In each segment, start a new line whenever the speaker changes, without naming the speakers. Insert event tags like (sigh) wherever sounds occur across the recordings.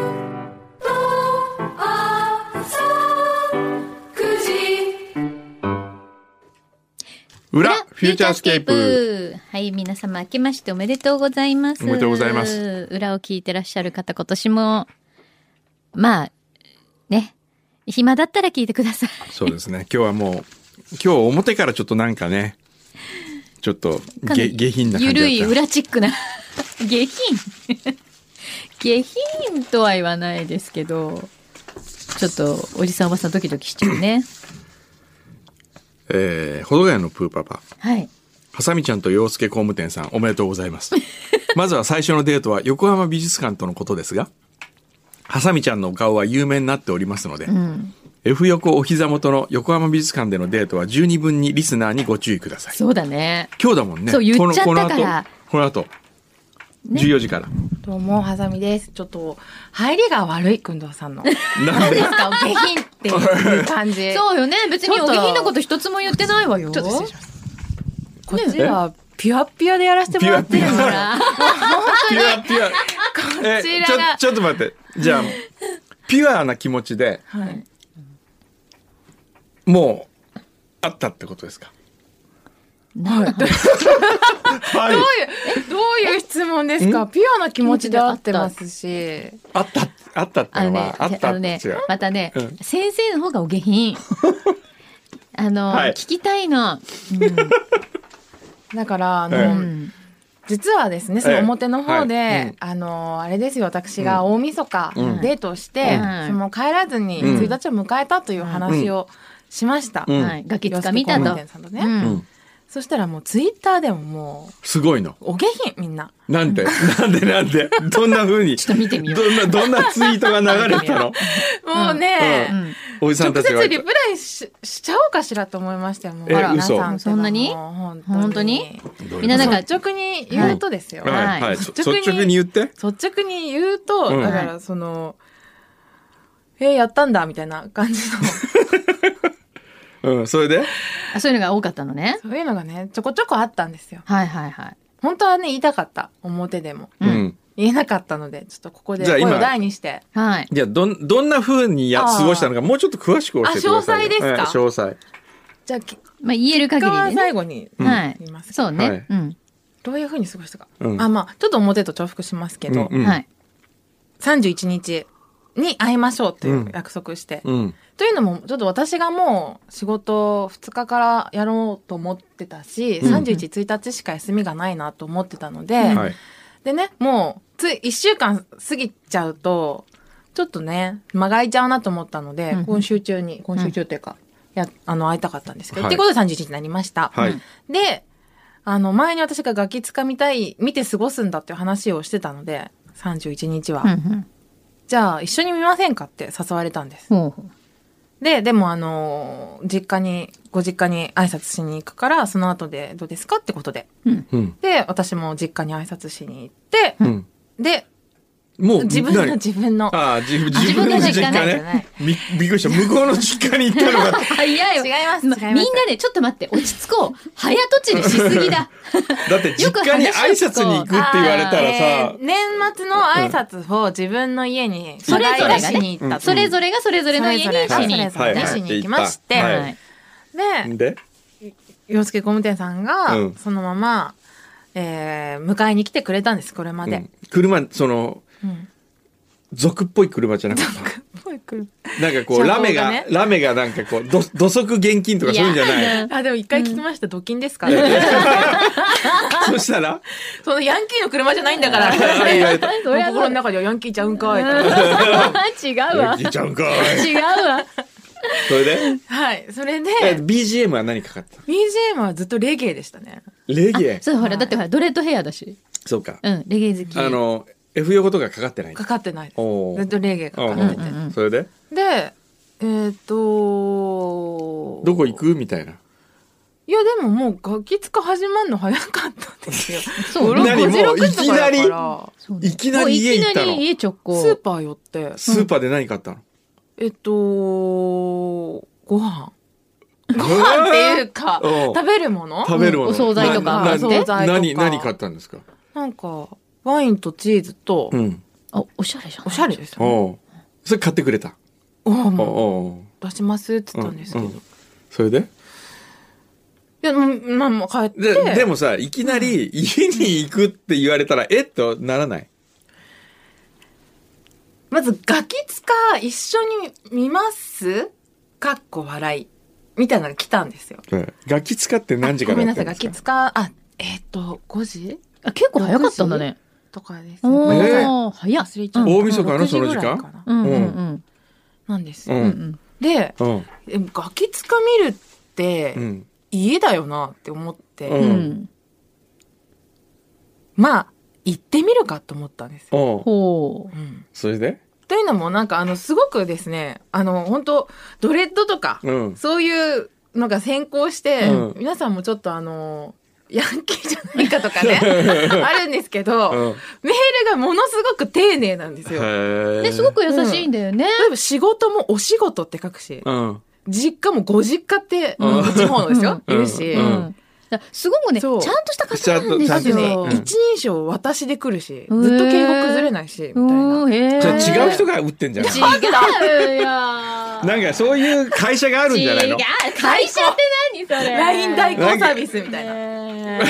ル」「とあさ9時」
裏フューチャースケープ。
はい、皆様明けましておめでとうございます。
おめでとうございます。
裏を聞いてらっしゃる方、今年も、まあ、ね、暇だったら聞いてくだ
(laughs)
さい。
そうですね。今日はもう、今日表からちょっとなんかね、ちょっと
かな
下
り
下品な感じだ
ゆ
っ
る
た。
い裏チックな。 (laughs) 下品下品とは言わないですけど、ちょっと、おじさんおばさんドキドキしちゃうね。
えー、ほどがやのプーパパ。
はい。
はさみちゃんと洋介工務店さん、おめでとうござい
(laughs)
ます。まずは最初のデートは横浜美術館とのことですが、はさみちゃんのお顔は有名になっておりますので、F 横お膝元の横浜美術館でのデートは十二分にリスナーにご注意ください。
そうだね。
今日だもんね。
そう言っちゃった
このこ
から
の後、この後、
ね
14時から。
どうも、はさみです。ちょっと、入りが悪い、くんどうさんの。
なんで
なんか、下品っていう感 (laughs) じ。
そうよね。別に
ちょ
お
っと
下品なこと一つも言ってないわよ。
ちょっと失礼します。こっちは、ピュアピュアでやらせてもらってる
ピュア
か
ピュ
ら。
ピュアピュア。え
ちらが
ちょ、ちょっと待って。じゃあ、ピュアな気持ちで、
はい。
もう、あったってことですかはい。はい。
(laughs) どういう質問ですかピュアな気持ちで合ってますし。
あった、あったって
あ
の
のね
は、、あった
あ
って
のね
違う。、
またね、
うん
先生の方がお
(laughs)
下品。あの、
はい
聞きたいの。
だから、あ
え
う
え
の、
ん。
実はですね、その表の
ええ
方
はいうん
で、あの、あれですよ、私が大晦日
うん
デートをして
うん、
その帰らずに
うん
1日を迎えたという話をしました。
うん
はい、ガキつかみた
洋介工務
と
店。さんと
う
ね。
ん。
そしたらもうツイッターでもも
すごいの。
う、お下品みんな。
なんで、なんで、なんで、どんな風に、
ちょっと見てみよう。
どんな、どんなツイートが流れてたの
もうね、
う
うん。
おじさん
直
たちが
接。リプライししちゃおうかしらと思いましたよ。もう
え
皆
嘘
さん
そんなに
本
本当にみんななんか、
率直に言うとですよ。
は、
はいい
はい。
率
率
直に
直に言って。
率直に言うと、
うん
だからその、えーやったんだみたいな感じの、 (laughs)
うん、それで
あそういうのが多かったのね。
そういうのがね、ちょこちょこあったんですよ。
はいはいはい。
本当はね、言いたかった。表でも。
う
うん
ん。
言えなかったので、ちょっとここで
じゃあ
声
今
を大にして。
はい。
じゃあ、どん、どんな風にや、
あー
過ごしたのか、もうちょっと詳しく教えてくださいよ。
あ詳細ですか
ええ詳細。
じゃあ、結
まあ言える限
果
り
は
でね。
最後に
うん
はい
言います。
そうね。
はい
うん。
どういうふうに過ごしたか。
うん
あ、まあ、ちょっと表と重複しますけど、
うんうん
はい。
31日に会いましょうという約束して。
うん。
というのも、ちょっと私がもう仕事2日からやろうと思ってたし、
うん
31、1日しか休みがないなと思ってたので、
うん
はい。
でね、もう、つ、1週間過ぎちゃうと、ちょっとね、間が空いちゃうなと思ったので、
うん
今週中に、今週中というか、や、あの、会いたかったんですけど、
はい
ってことで31になりました。
は
う
い
ん。
で、あの、前に私がガキつかみたい、見て過ごすんだっていう話をしてたので、31日は。
うんうん。
じゃあ、一緒に見ませんかって誘われたんです。
ほう
(laughs)
ほう。
で、でもあのー、実家に、ご実家に挨拶しに行くから、その後でどうですかってことで。
うん。
で、私も実家に挨拶しに行って、
うん。
で、
もう、
自分の
何
自分の。
ああ、自分、
自分の
の
実家ね
ね。びびっくりした。向こうの実家に行った
(laughs)
のが、
早いよ。
違います
ま
違
みん
います
なね、ちょっと待って、落ち着こう。早とちりしすぎだ。
だって実家に挨拶に行くって言われたら
あーえ
さ
ー、年末の挨拶を自分の家に、
それぞれがね
しに行ったと
それぞれがそれぞれの家にし
それぞれ
に
が
行っ
そ
た
れぞれ
ね
ね。しに行きまして
はい
はい
で、
で、
洋介工務店さんが
うん、
そのまま、えー迎えに来てくれたんです、これま
う
で (laughs)
ん。車、その、
うん
俗っぽい車じゃなかった。なんかこう、
車
ラ
道が
メ
ね
が、ラメがなんかこう、ど土足現金とかそういうんじゃない。
あ、でも一回聞きました、ドキンですか
そしたら、
そのヤンキーの車じゃないん
(laughs)
だから。
言われた
(laughs) そりゃそう
心の中ではヤンキーちゃうんかいと。
違うわ。
じいちゃんかい。
違うわ。
それで、
はい。それで、
え BGM は何かかった
BGM はずっとレゲエでしたね。
レゲエ。
そう、ほら、だってほら、ドレッドヘアだし。
そうか。
うん、レゲエ好き。
あの、F 横とかかかってない。
かかってないです。
おー
ずっとレゲエが
う
か
ん
かって
う
て。
んそれで
で、えっ、と
どこ行くみたいな。
いやでももうガキ使始まんの早かったで
(laughs)
すよ。
そう
ね
ね。
何もう
56とかだ
いき
から
そうね
いきなり家行った
もういきなり
の。
家直行。
スーパー寄って、
スーパーで何買ったの
えっと、ご飯。
ご
ご飯っていうか、
うん
食べるもの
食べるもの。
お惣菜とか
なな
お惣菜とか
何、何買ったんですか
なんか、ワインとチーズと、
ん。
あ、おしゃれじゃん。
おしゃれですよね。
おうそれ買ってくれた。
おう
おう
も
おうおう
う出しますって言ったんですけど。
う
い
んうんそれで
や、うんまあもう帰って。
ででもさ、いきなり家に行くって言われたら、えっとならない。
まず、ガキ使一緒に見ますかっこ笑い。みたいなのが来たんですよ。
楽器使って何時から
ごめん
やっ
な
て
さい、
んで
ガ
すか
キ使あ、えっ、と、5時
あ結構早かったんだね。
とかです、ね。
お
ごめんなさい
ー、早っ。
忘れちゃった
大晦日のその時間
6ぐらいかな
うんうんうん。
なんです
う
よ。
うんんうん。
で、
うん。
でもガキつか見るって、
うん。
家だよなって思っ
う
て、
うんん。
まあ、行ってみるかと思ったんですよ。
おう
ほう。
うん
それで
というのも、なんか、あの、すごくですね、あの、本当ドレッドとか、
うん。
そういうのが先行して、
うん
皆さんもちょっとあの、ヤンキーじゃないかとか
(laughs)
ね、あるんですけど、
うん
メールがものすごく丁寧なんですよ。例
へ
で、すごく優しいんだよね。
えば仕事もお仕事って書くし、
うん。
実家もご実家って、地方のですよ、
うん
言うし、
うん
うんだからすごくね、ちゃ
そうん
とした方なんで
ちゃ
あ
ん
す
とね
よ。
う、ん
一人称私で来るし、ずっと敬語崩れないし、みたいな。
うん、へ
それ
ー
違う人が売ってんじゃない
違うよ。
なんかそういう会社があるんじゃないの
違う会社って何それ
LINE 代行サービスみたい
(laughs)
な。
ね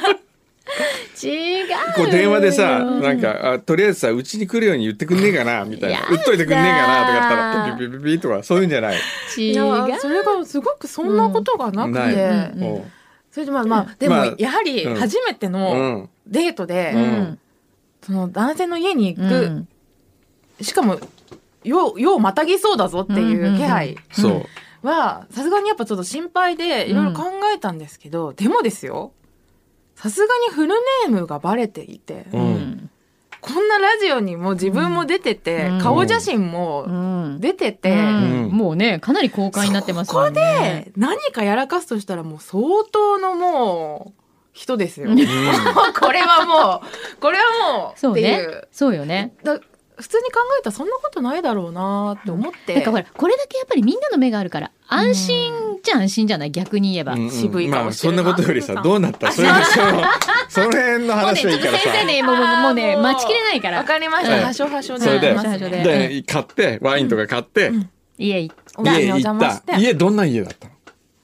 え違うよ
こう電話でさ、なんか、あとりあえずさ、うちに来るように言ってくんねえかな、みたい
や
な。
だ
売っといてくんねえかな、とか言ったら、ピピピピピとか、そういうんじゃない。
違
いうや、それがすごくそんなことがなくて、
な
うん
おう
それでまあまあ、で
ま
も
あ
やはり
うん
初めて
う
の
ん。
デートで、
う
うんん
その男性の家に行
う
く、
ん
しかも、よう、ようまたぎそうだぞっていう気配
そう。
は、さすがにやっぱちょっと心配で、いろいろ考えたんですけど、でもですよ、さすがにフルネームがバレていて、
う。
うんん
こんなラジオにも自分も出てて、
うん
顔写真
う
も
ん
出てて、
うん
うん
もうねかなり公開になってます
こ
も
こ
んね
で何かやらかすとしたらもう相当のもう人ですよ。もう (laughs) これはもう、これはもう、
そう
って
ね
いう。
そうよね
だ普通に考えたらそんなことないだろうなって思って。
だからほらこれだけやっぱりみんなの目があるから安心じゃ安心じゃない逆に言えば、
うんうん
渋い
ま
顔
あ、
して
そ
る
ん
な
なことよりさ
あ、
どうなったそれその、その辺の
もうね
話
ちょ
はい
っ
い
と
から
先
さ。
生ねもうもうもうね
もう
待ちきれないか
わ
ら
かりまし
は
た。
い
はしょはしょ
それで
で。はしょ
うん
で。
で、買って、ワインとか買って、
家行っ
お
た
家
家
にお
行
邪
っ
魔して
た。家、どんな家だった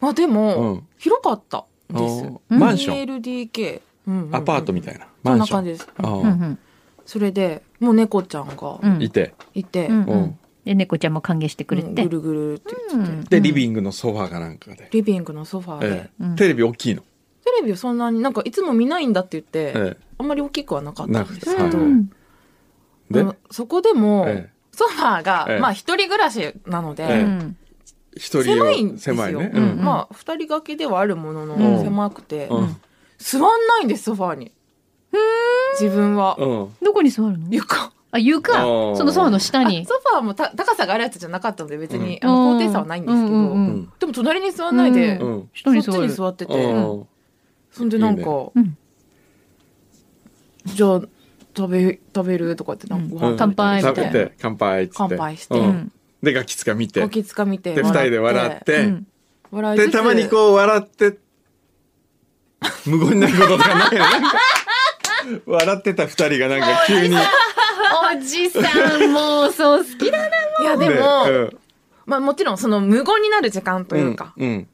の
あ、で
う
も
ん、
広かったです。
おーマンション
2LDK。うんうん
アパートみたいな。
そ
マ
ん
ン
な
ショ
感
ン。
じです。
ああ
うんうん
それで、もう猫ちゃんが
うん
いて。
いて、
うんう
うんん
で猫ちゃんも歓迎してくれ
うん
て
ぐるぐるって言ってて、
で、リビングのソファーかなんかで。
リビングのソファーで、
え
う
え
ん
テレビ大きいの。
テレビをそんなになんかいつも見ないんだって言って、
え
あんまり大きくはなかったんですけ
なく
ど、
て
うん
えで
あの、そこでも、
ええ
ソファーが、
ええ
まあ一人暮らしなので、
ええ
うん
一人用
狭いんですよ。
狭いね。
う
うんん。
まあ二人掛けではあるものの、
うん
狭くて、
うん。
座んないんです、ソファーに。自分は。
うん。
どこに座るの
床
あ床
あー
そのソファーの下
あ
に
ソファーもた高さがあるやつじゃなかったので別に、
うん
あの高低差はないんですけど、
うんうんうん
うん
でも隣に座んないで、
う
うん。
下に
そ
座
っちに
る
座ってて、
うん。
そんでなんか
いいね
うん
じゃあ食べ食べるとかってなんかご
う
飯
ん
乾杯み
食
たい
べ
な
て、乾杯っつって。
乾杯して
う
うんん
で、ガキつか見て。
お
で、
きつか見て
二人で笑っ
う
て。
ん
笑いつ
で、
つ
たまにこう笑って、無言になることとかないのなんか笑ってた二人がなんか急に。
おじさんもうそう好きだない
やでも、まあもちろんその無言になる時間と
うん、
いうか、
うん。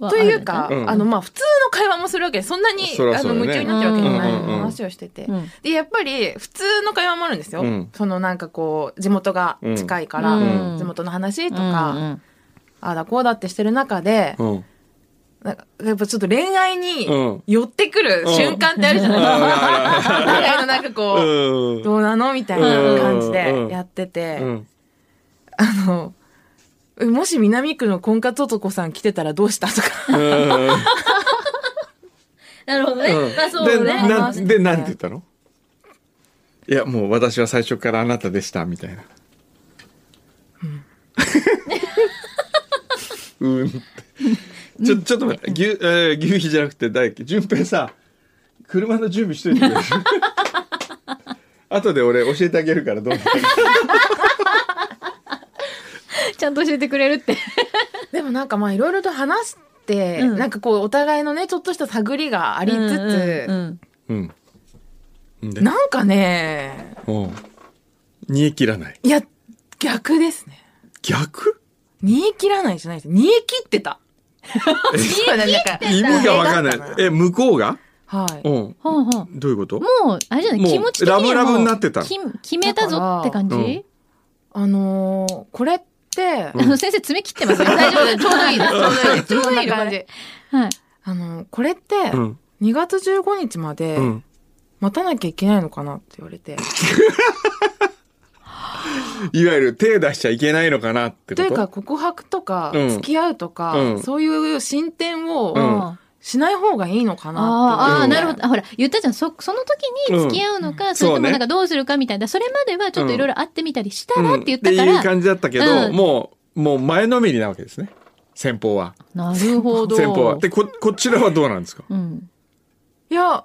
というか、
うん
あのまあ普通の会話もするわけでそんなに
そりゃ
あ
そ
の
うだよ
夢
ね
中になってるわけじゃない、
うんうんうん
話をしてて、
うん
でやっぱり普通の会話もあるんですよ、
うん
そのなんかこう地元が近いから、
うん
地元の話とか、
うんうん
ああだこうだってしてる中で、
うん。うん。
なんかやっぱちょっと恋愛
う
に
ん
寄ってくる瞬間ってあるじゃないですか、
あ
お互いのなんかこう、
うん
どうなのみたいな感じでやってて、
うん。
あの、もし南区の婚活男さん来てたらどうしたとか。
うん
なるほどね、まあそう
で、
ね
な
ね
んで、なんて言ったのいや、もう私は最初からあなたでした、みたいな。 (laughs) うんってちょちょっと待って牛,、えー牛皮じゃなくて大輝順平さ車の準備しといてくれる (laughs) 後で俺教えてあげるからどうぞ
ちゃんと教えてくれるって。
でもなんかまあいろいろと話して、
うん
なんかこうお互いのねちょっとした探りがありつつ、
うんうんうん
うんで
なんかね
うん煮え切らない
いや逆ですね
逆
煮え切らないじゃないです煮え切っ
(laughs)
てた煮え切ってた
意味がわかんないえ向こうが
はい
うん
ほうほう。
どういうこと
もう、あれじゃない、
もう
気持ち的にはもう
ラブラブになってた
き決めたぞって感
だ
じ、
から
あのーこれって、
あの先生、爪切ってますよ。大丈夫です。ちょうどいいです。
ちょうどいい
よ
感じ。
はい。
あのーこれって、
うん
2月15日まで
うん
待たなきゃいけないのかなって言われて。
いわゆる手出しちゃいけないのかなって
と
こ
い
と
うか告白とか、
うん
付き合うとか、
うん
そういう進展を、
うん
あ
しない方がいいのかな
あ
って
あ
い
あ、
う
なるほど。あほら、言ったじゃん。そ、その時に付き合うのか、それ
そう
とも
ね
なんかどうするかみたいな、それまではちょっといろいろ会ってみたりした
うん
らって言ったか
ってい
ら
う、感じだったけど、
うん
もうもう前のめりなわけですね先方は
なるほど。
先方はでここちらはどうなんですか
うん。
いや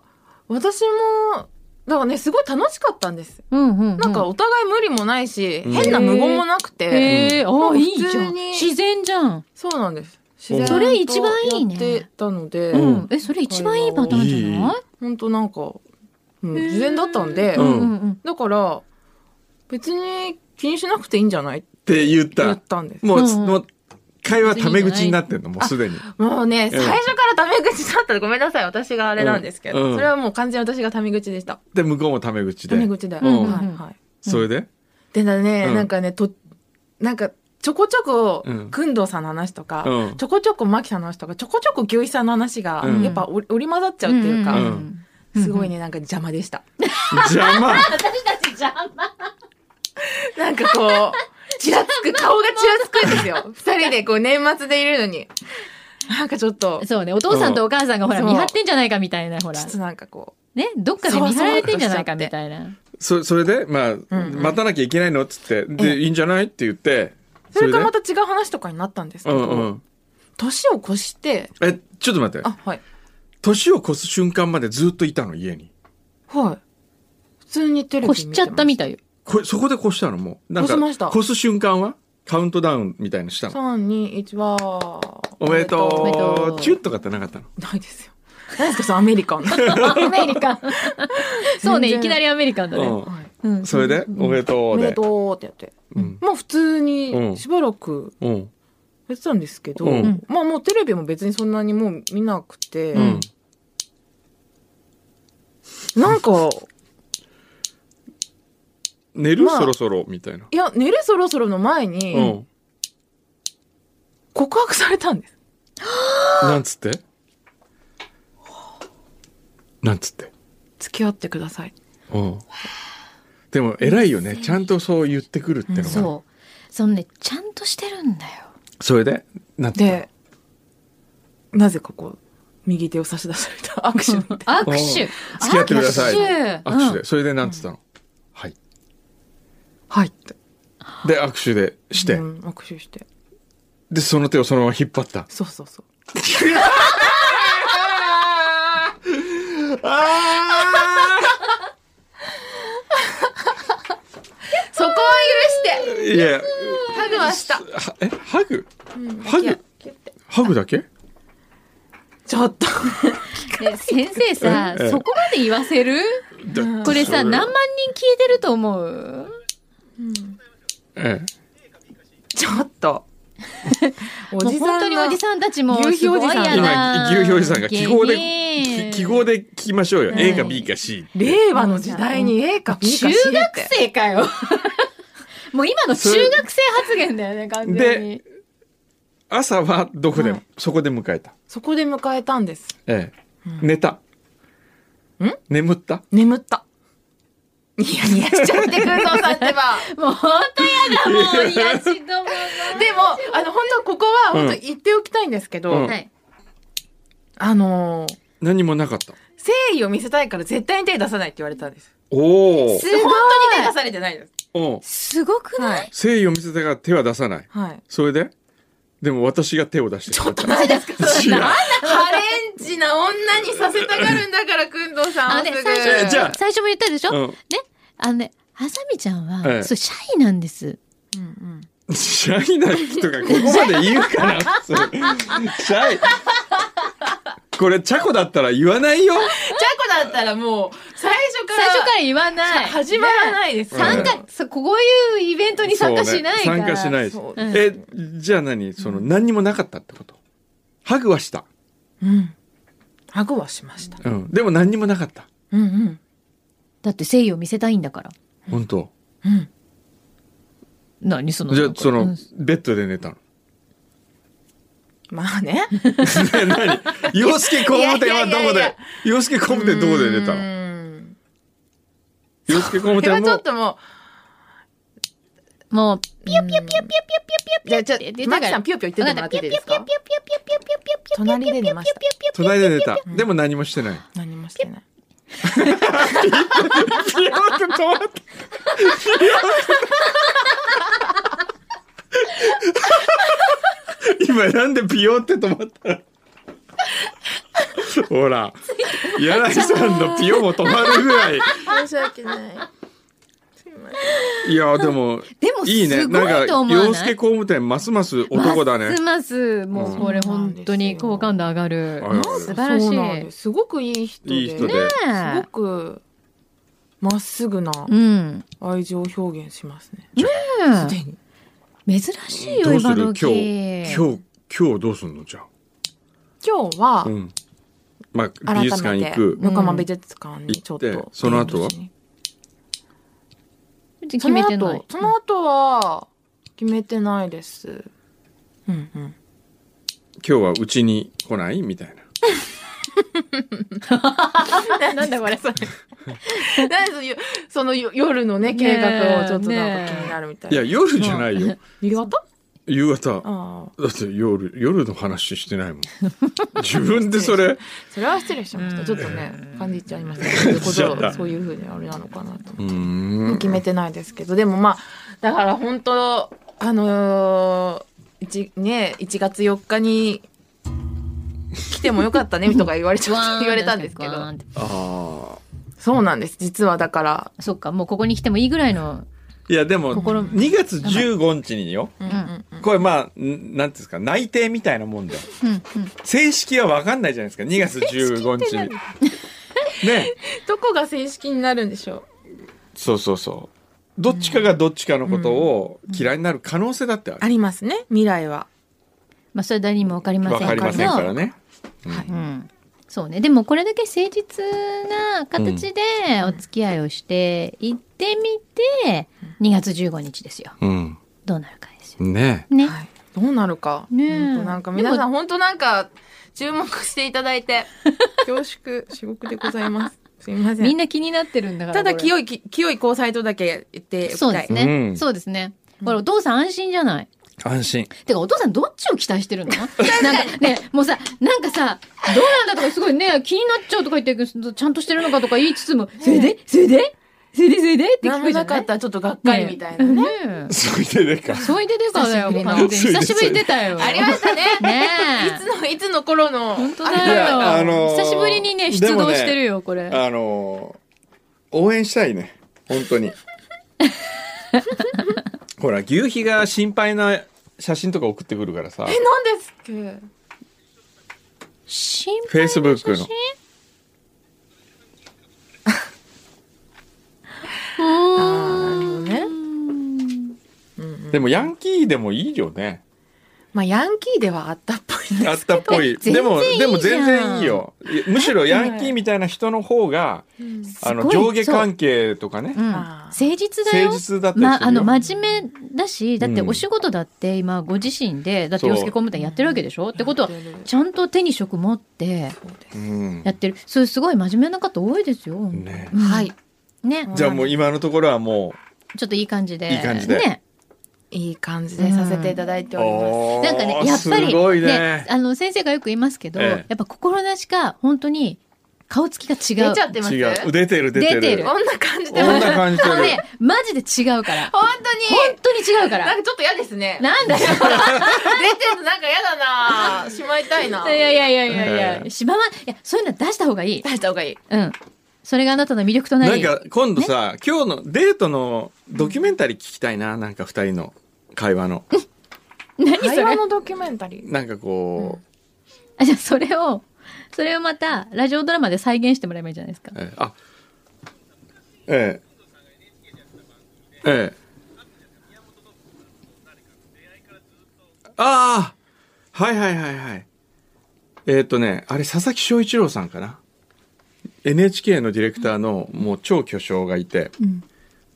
私もだからねすごい楽しかったんです
うんうん、うん。
なんかお互い無理もないし、
うん
変な無言もなくて
へえ、ああ、いいじゃ
普通
ん
に。
自然じゃん。
そうなんです
うん
自然と
それ一番いいね
やってたので、
う
うん
ん。え、それ一番いいパターンじゃない
ほんとなんか、うん、自然だったんで、
う
うんんうんうん。
だから別に気にしなくていいんじゃないって
って言った
言ったんです
もう,、
うん
もう会話タメ口になってんのもうすでに
もうね
うん
最初からタメ口だったらごめんなさい私があれなんですけど、
うん
それはもう完全に私がタメ口でした
で向こうもタメ口
タ
で
メ口で、
うん
はいはい
それで、
でだね、
うん
なんかねとなんかちょこちょこ
うん
工藤さんの話とか、
うん
ちょこちょこマキさんの話とかちょこちょこ牛一さんの話が、
うん
やっぱ織り織り交ざっちゃうっていうか、
うん
すごいねなんか邪魔でした、
邪魔
私たち邪魔。
なんかこうちらつく顔がちらつくんで
(laughs)
すよ二人でこう年末でいるのになんかちょっとち
そうね、お父さんとお母さんがほら、
そう
見張ってんじゃないかみたいな、ほら
ょっ。となんかこ
ね、どっかで見張られてんじゃないかみたいな。
そそれでまあ、
ん
待たなきゃいけないのっつってでいいんじゃないって言って
うそれか
で
また違う話とかになったんですけ
う
ど、
んうん
年を越して
えちょっと待って
あはい
年を越す瞬間までずっといたの家に
はい普通にテレビ見
越
て
し
ま
ちゃったみた
い
いよ。
こそこで越したのもうなんか
越しました
越す瞬間はカウントダウンみたいのしたの
321は
おめでとう
おめでとう
チュッとかってなかったの
ないですよ。何ですか、そのアメリカン。
アメリカ
(laughs)
ン。そうね、
全然
いきなりアメリカンだね。
う
うんん。
それでおめでと
お
う
めで
で
とうってやって。
うん
まあ普通
うん
にしばらく
うん
やってたんですけど、
うん
まあもうテレビも別にそんなにもう見なくて、
うん
なんか、
寝る
まあ
そろそろみたいない
や、寝るそろそろの前
う
に
ん
告白されたんです。
なんつってなんつって
付き合ってください。
うんでも偉いよねちゃんとそう言ってくるってのが
そう。そのね、ちゃんとしてるんだよ。
それでなって
で、なぜかこう、右手を差し出された握手みたい
握手。
付き合ってください
握手。
握手
うん
でそれでなんつったのはい
はいって。
で握手でして
うん握手して。
でその手をそのまま引っ張った
そうそうそう。そこは許して
いや
ハグはした。
はえハグハグハグだけ
ちょっと。
ね先生さ
ええ、
そこまで言わせる
だ
これさ、
そ
何万人聞いてると思う
ええ
ちょっと。お
(laughs) もう
じさ
本当
ん
に
が
おじさんたちも
牛
す
皮お
ごい
じさん
や
今
だ。
牛表示さんが記号で
ね
き記号で聞きましょうよ
はい
A か B か C
令和の時代に A か B
中
か C っ
学
て。
生かよ。もう今の中学生発言だよね、完全に
で。朝はどこで
はい
そこで迎えた
そこで迎えたんです。
ええ寝た
ん
眠った
眠った。ニヤニヤしちゃって、くんさんってば。 (laughs)
もう本当やだ、もう、いやしども
でも、あの、本当ここは、
うん
本当言っておきたいんですけど、
うん
の。はい。
あのー
何もなかった
誠意を見せたいから絶対に手出さないって言われたんです。
おお
すごい
本当に手出されてないです。
うん
すごくない
はい。
誠意を見せたから手は出さない
はい。
それででも私が手を出してしまった
ですか
ハレンチな女にさせたがるんだから、くんどうさん
あの
はす
ね、
ぐ。
最初
え
も、
じゃあ
最初も言ったでしょ、
うん
ね、あのね、はさみちゃんは、
ええ
そう、シャイなんです。
うんうん
シャイな人がここまで言うかなそれシャイこれチャコだったら言わないよ
チャコだったらもう、最初から。
最初から言わない。
始まらないです。
ね
参加、そうこういうイベントに参加しな
そ
いか
うね
ら。
参加しないし
そう
えじゃあ何その何にもなかったってことハグはした、
うん。顎はしました。
うん、でも何にもなかった
うんうん。
だって誠意を見せたいんだから。
本当
うん。
何その。
じゃあその
うん
ベッドで寝たの (laughs)
まあね。
何洋介工務店はどこ
いやいやいやい
で
や
洋介工務店どこで寝た
う
の
ーん
洋介工務
これは
店
ちょっ
も
とも
もう、ピヨピヨピヨピヨピヨピヨ
う、
ピ
じゃ
ヨ
あ、
ピヨピヨ
ちょっと、マキさん、ピヨピヨ言っててもらっていいですか
ピヨピヨピヨピヨピヨピヨピヨピヨピヨピヨピヨ
隣で寝ました。
隣で寝たでも何もしてない
何もしてない。
ピヨって止まったピヨ (laughs) って今なんでピヨって止まったの (laughs) ほら柳さんのピヨも止まるぐら
(laughs)
い
申し訳ない。
いやでも
でも
いいね
すごい
なん
と
か
思わない
洋介工務店ますます男だ
ま
ね
すます、もうこれ
うん
本当に好感度上がる。
はい
素晴らしい
そうなんですすごくいい人で。
いい人で、
ね
すごく、まっすぐな
うん。
愛情を表現しますね。
うん
すでに。
珍しいよ、
どうす
今
る
の
今日今日今日どうすんのじゃ
今日は
あ、うんまあ美
改
術館
めて
行く
横浜美術館にちょっ
行っ
と
てその後は
決
その
めてな
後
い。
その後は決めてないですうんうん
今日はうちに来ないみたいな
なんだこ
(laughs)
れ。
何そのよそのよ夜のね計画をちょっとなんか気になるみたい
い
な、
や夜じゃないよ
夕方
夕方
ああ
だって夜、夜の話してない (laughs) もん。自分 (laughs) でそれ。
それは失礼しましたちょっとね感じちゃいましたけど
しちゃった
そういうふうにあれなのかなと
うーん。
決めてないですけどでもまあだから本当あのー、一ね1月4日に来てもよかったねとか言わ
(laughs)
れちゃった言われたんですけど
わーんって
ああ。
そうなんです実はだから、
そっか、もうここに来てもいいぐらいの。
いや、でも、
心
2月15日によ。
うん
んうん
これまあ、んなんていうんですか、内定みたいなもんだよ。
うんうん。
正式は分かんないじゃないですか、2月15日に。 (laughs) ね。
どこが正式になるんでしょ
そうそうそう。どっちかがどっちかのことを嫌いになる可能性だって
うあ
ある。
りますね未来は
まあ、それは誰にもわかりませ
分
ん
か
か。
らりませんからね。
うん。そうね。でもこれだけ誠実な形でお付き合いをして行ってみて、2月15日ですよ。
うん。
どうなるかですよ。
ね
ね。
はい、どうなるか。
ねえ
本当なんか皆さん本当なんか注目していただい (laughs) て恐縮至極でございます。すいません。
みんな気になってるんだから。
ただ
これ
清いき清い交際とだけ言っておき
そう
た
で
い
す。ね。
うん
そうですね。これお父さん安心じゃない。
安心。
てかお父さんどっちを期待して
(laughs)
るのなんかね、もうさ、なんかさ、どうなんだとかすごいね、気になっちゃうとか言って、ちゃんとしてるのかとか言いつつも、それでそれでそれでそれでって聞
何も
くじゃ
なか
ない
ったらちょっとがっかりみたいな
ね
ね。
え
それでねか。
そいででかだよ、もう完全に。久しぶりに出たよ。
ありました (laughs) ね。
ね
いつのいつの頃の
本当
い
だよ。
やあのー
久しぶりにね、出動してるよ、これ。
あのー応援したいね本当
(laughs)
にほら牛皮が心配な写真とか送ってくるからさ
えなんですっけ。
心
フェイスブックの
あのね。
でもヤンキーでもいいよね
まあヤンキーではあったっぽい
あ
で
っ
す。
たっぽい
全
で
然
も
いいじゃん
でも全然いいよいやむしろヤンキーみたいな人の方が、あの上下関係とかね、
うん
あ
誠実だよ。
誠実だったりするよ
ま、あの、真面目だし、だって
うん
お仕事だって今、ご自身で、だっ
そ
て
う
洋介工務店やってるわけでしょってことは
やってる、
ちゃんと手に職持って
うん
やってる。そういうすごい真面目な方多いですよ。
ね
うん
はい。。
ね。
じゃあもう今のところはも
ちょっといい感じで。
いい感じで
ね。
いい感じでさせていただいて
う
おります。
おー
なんかね、やっぱり、
すごいね
あの、先生がよく言いますけど、
ええ
やっぱ心なしか、本当に、顔つきが違う
出ちゃってます
違う。出てる出てる。
出てる
こんな感じで
こんな感じ
あの
で
ねマジで違うから
本
本当に違うか
当にな
ら
んかちょっと嫌ですね
なんだよ
出てるのなんか嫌だなしまいたいない
やいやいやいやい
え
やしまわいやそういうの出した方がいい
出した方がいい
うんそれがあなたの魅力とな
な
り
んか今度さ、今日のデートのドキュメンタリー聞きたいな、なんか二人の会話の。
何そ
会
れ
話のドキュメンタリー
なんかこ
あじゃあそれをそれをまたラジオドラマで再現してもらえばいいじゃないですか
う、ええあ、ええ、ええ。ああはいはいはいはい。えーっ、とね、あれ佐々木翔一郎さんかな ?NHK のディレクターのもう超巨匠がいて、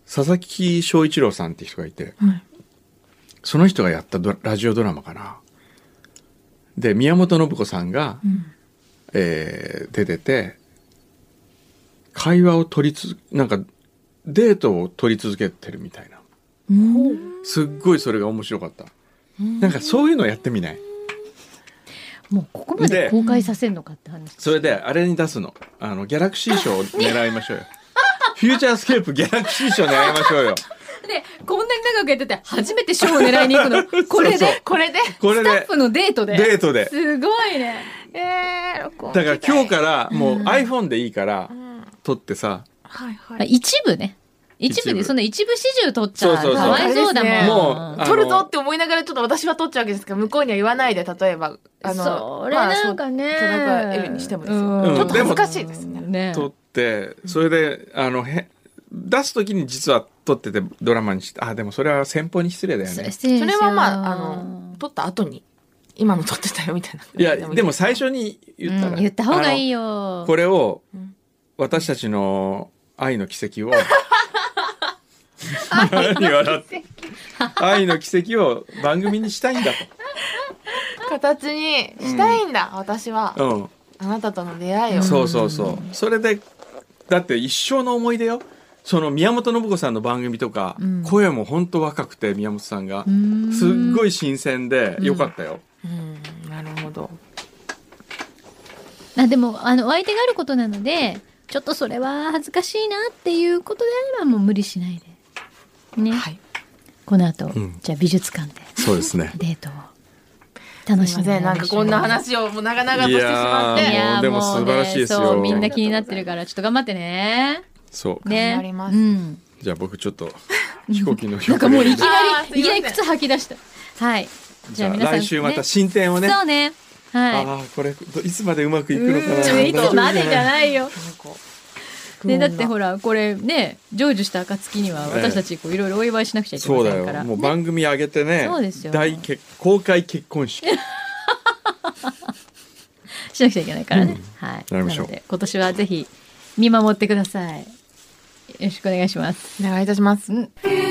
佐々木翔一郎さんって人がいて、
はい
その人がやったドラジオドラマかな。で、宮本信子さんが、えー出てて、会話を取りつ、なんか、デートを取り続けてるみたいな。すっごいそれが面白かった。なんかそういうのやってみない
もうここまで
で
公開させんのかって話
それで、あれに出すの。あの、ギャラクシー賞を狙いましょうよ。フューチャースケープギャラクシー賞狙いましょうよ。
でこんなに長くやってて初めて賞を狙いに行くのこれで
これで
これ
スタッ
で
フ、のデートで
デートで。
すごいね
えー、録音
だから今日
ら
からもう iPhone でいいから撮ってさ、
はいは
あ
い
一部ね一
一部
部でその一部始終取っちゃ
そうそうそう
かわいそうだもん、
あれですね
もうあの
撮るぞって思いながらちょっと私は撮っちゃうわけですけど向こうには言わないで例えばあの
それなんかね、
まあそう田中絵里にしてもですよ
うん
ちょっと恥ず
かしいですね
ね
撮って、それで、あの、へ、出す時に実は撮っててドラマにして、あ、でもそれは先方に失礼だよね。
そ
それはまああの撮った後に今の撮ってたよみたいない
や、でも最
初
初に言ったら。
言った方がいい
よ。
よ
これを
ん、
私たちの愛の奇
(laughs)
跡を、何笑って。 (laughs) 愛の奇跡を番組にしたいんだ
形にしたいんだ、私は、
と。うん。
あなたとの出会いを
そうそうそう。それで、だって一生の思い出よ。その宮本信子さんの番組とか、
うん
声も本当若くて宮本さんが、すっごい新鮮で良かったよ。
うんなるほど
あでもあのお相手があることなのでちょっとそれは恥ずかしいなっていうことであればもう無理しないでね、
はい
この後、
ん
じゃあ美術館で
そうですね。
デートを楽
すい
し
ま
ん
せ
で
んなんかこんな話をもう長々としてしまっ
い
て
いや
や
ー
ー
でも
うね
素晴らしいですよ
そうみんな気になってるからちょっと頑張ってね
そう。
ね
頑張ります
うん
じゃあ僕ちょっと、飛行機の
なんかもういきな
あーす
り、
いません
いきなり靴履き出した。はい。
じゃあ来週また進展をね。
そうね。は
ああ、これ、いつまでうまくい
い。
くのかな。
うんいつまでじゃないよ。ね、だってほ
ら
ら、これね、成就した暁には私たちこういろいろお祝いしなくちゃいけ
そ
ま
うだ
せんから。
よ。もう番組上げてね。
そうですよ
大結公開結婚式。
しなくちゃいけないからね。はい。
やりましょう
なので今年はぜひ見守ってください。よろしくお願いします。
お願いいたします
フューチャー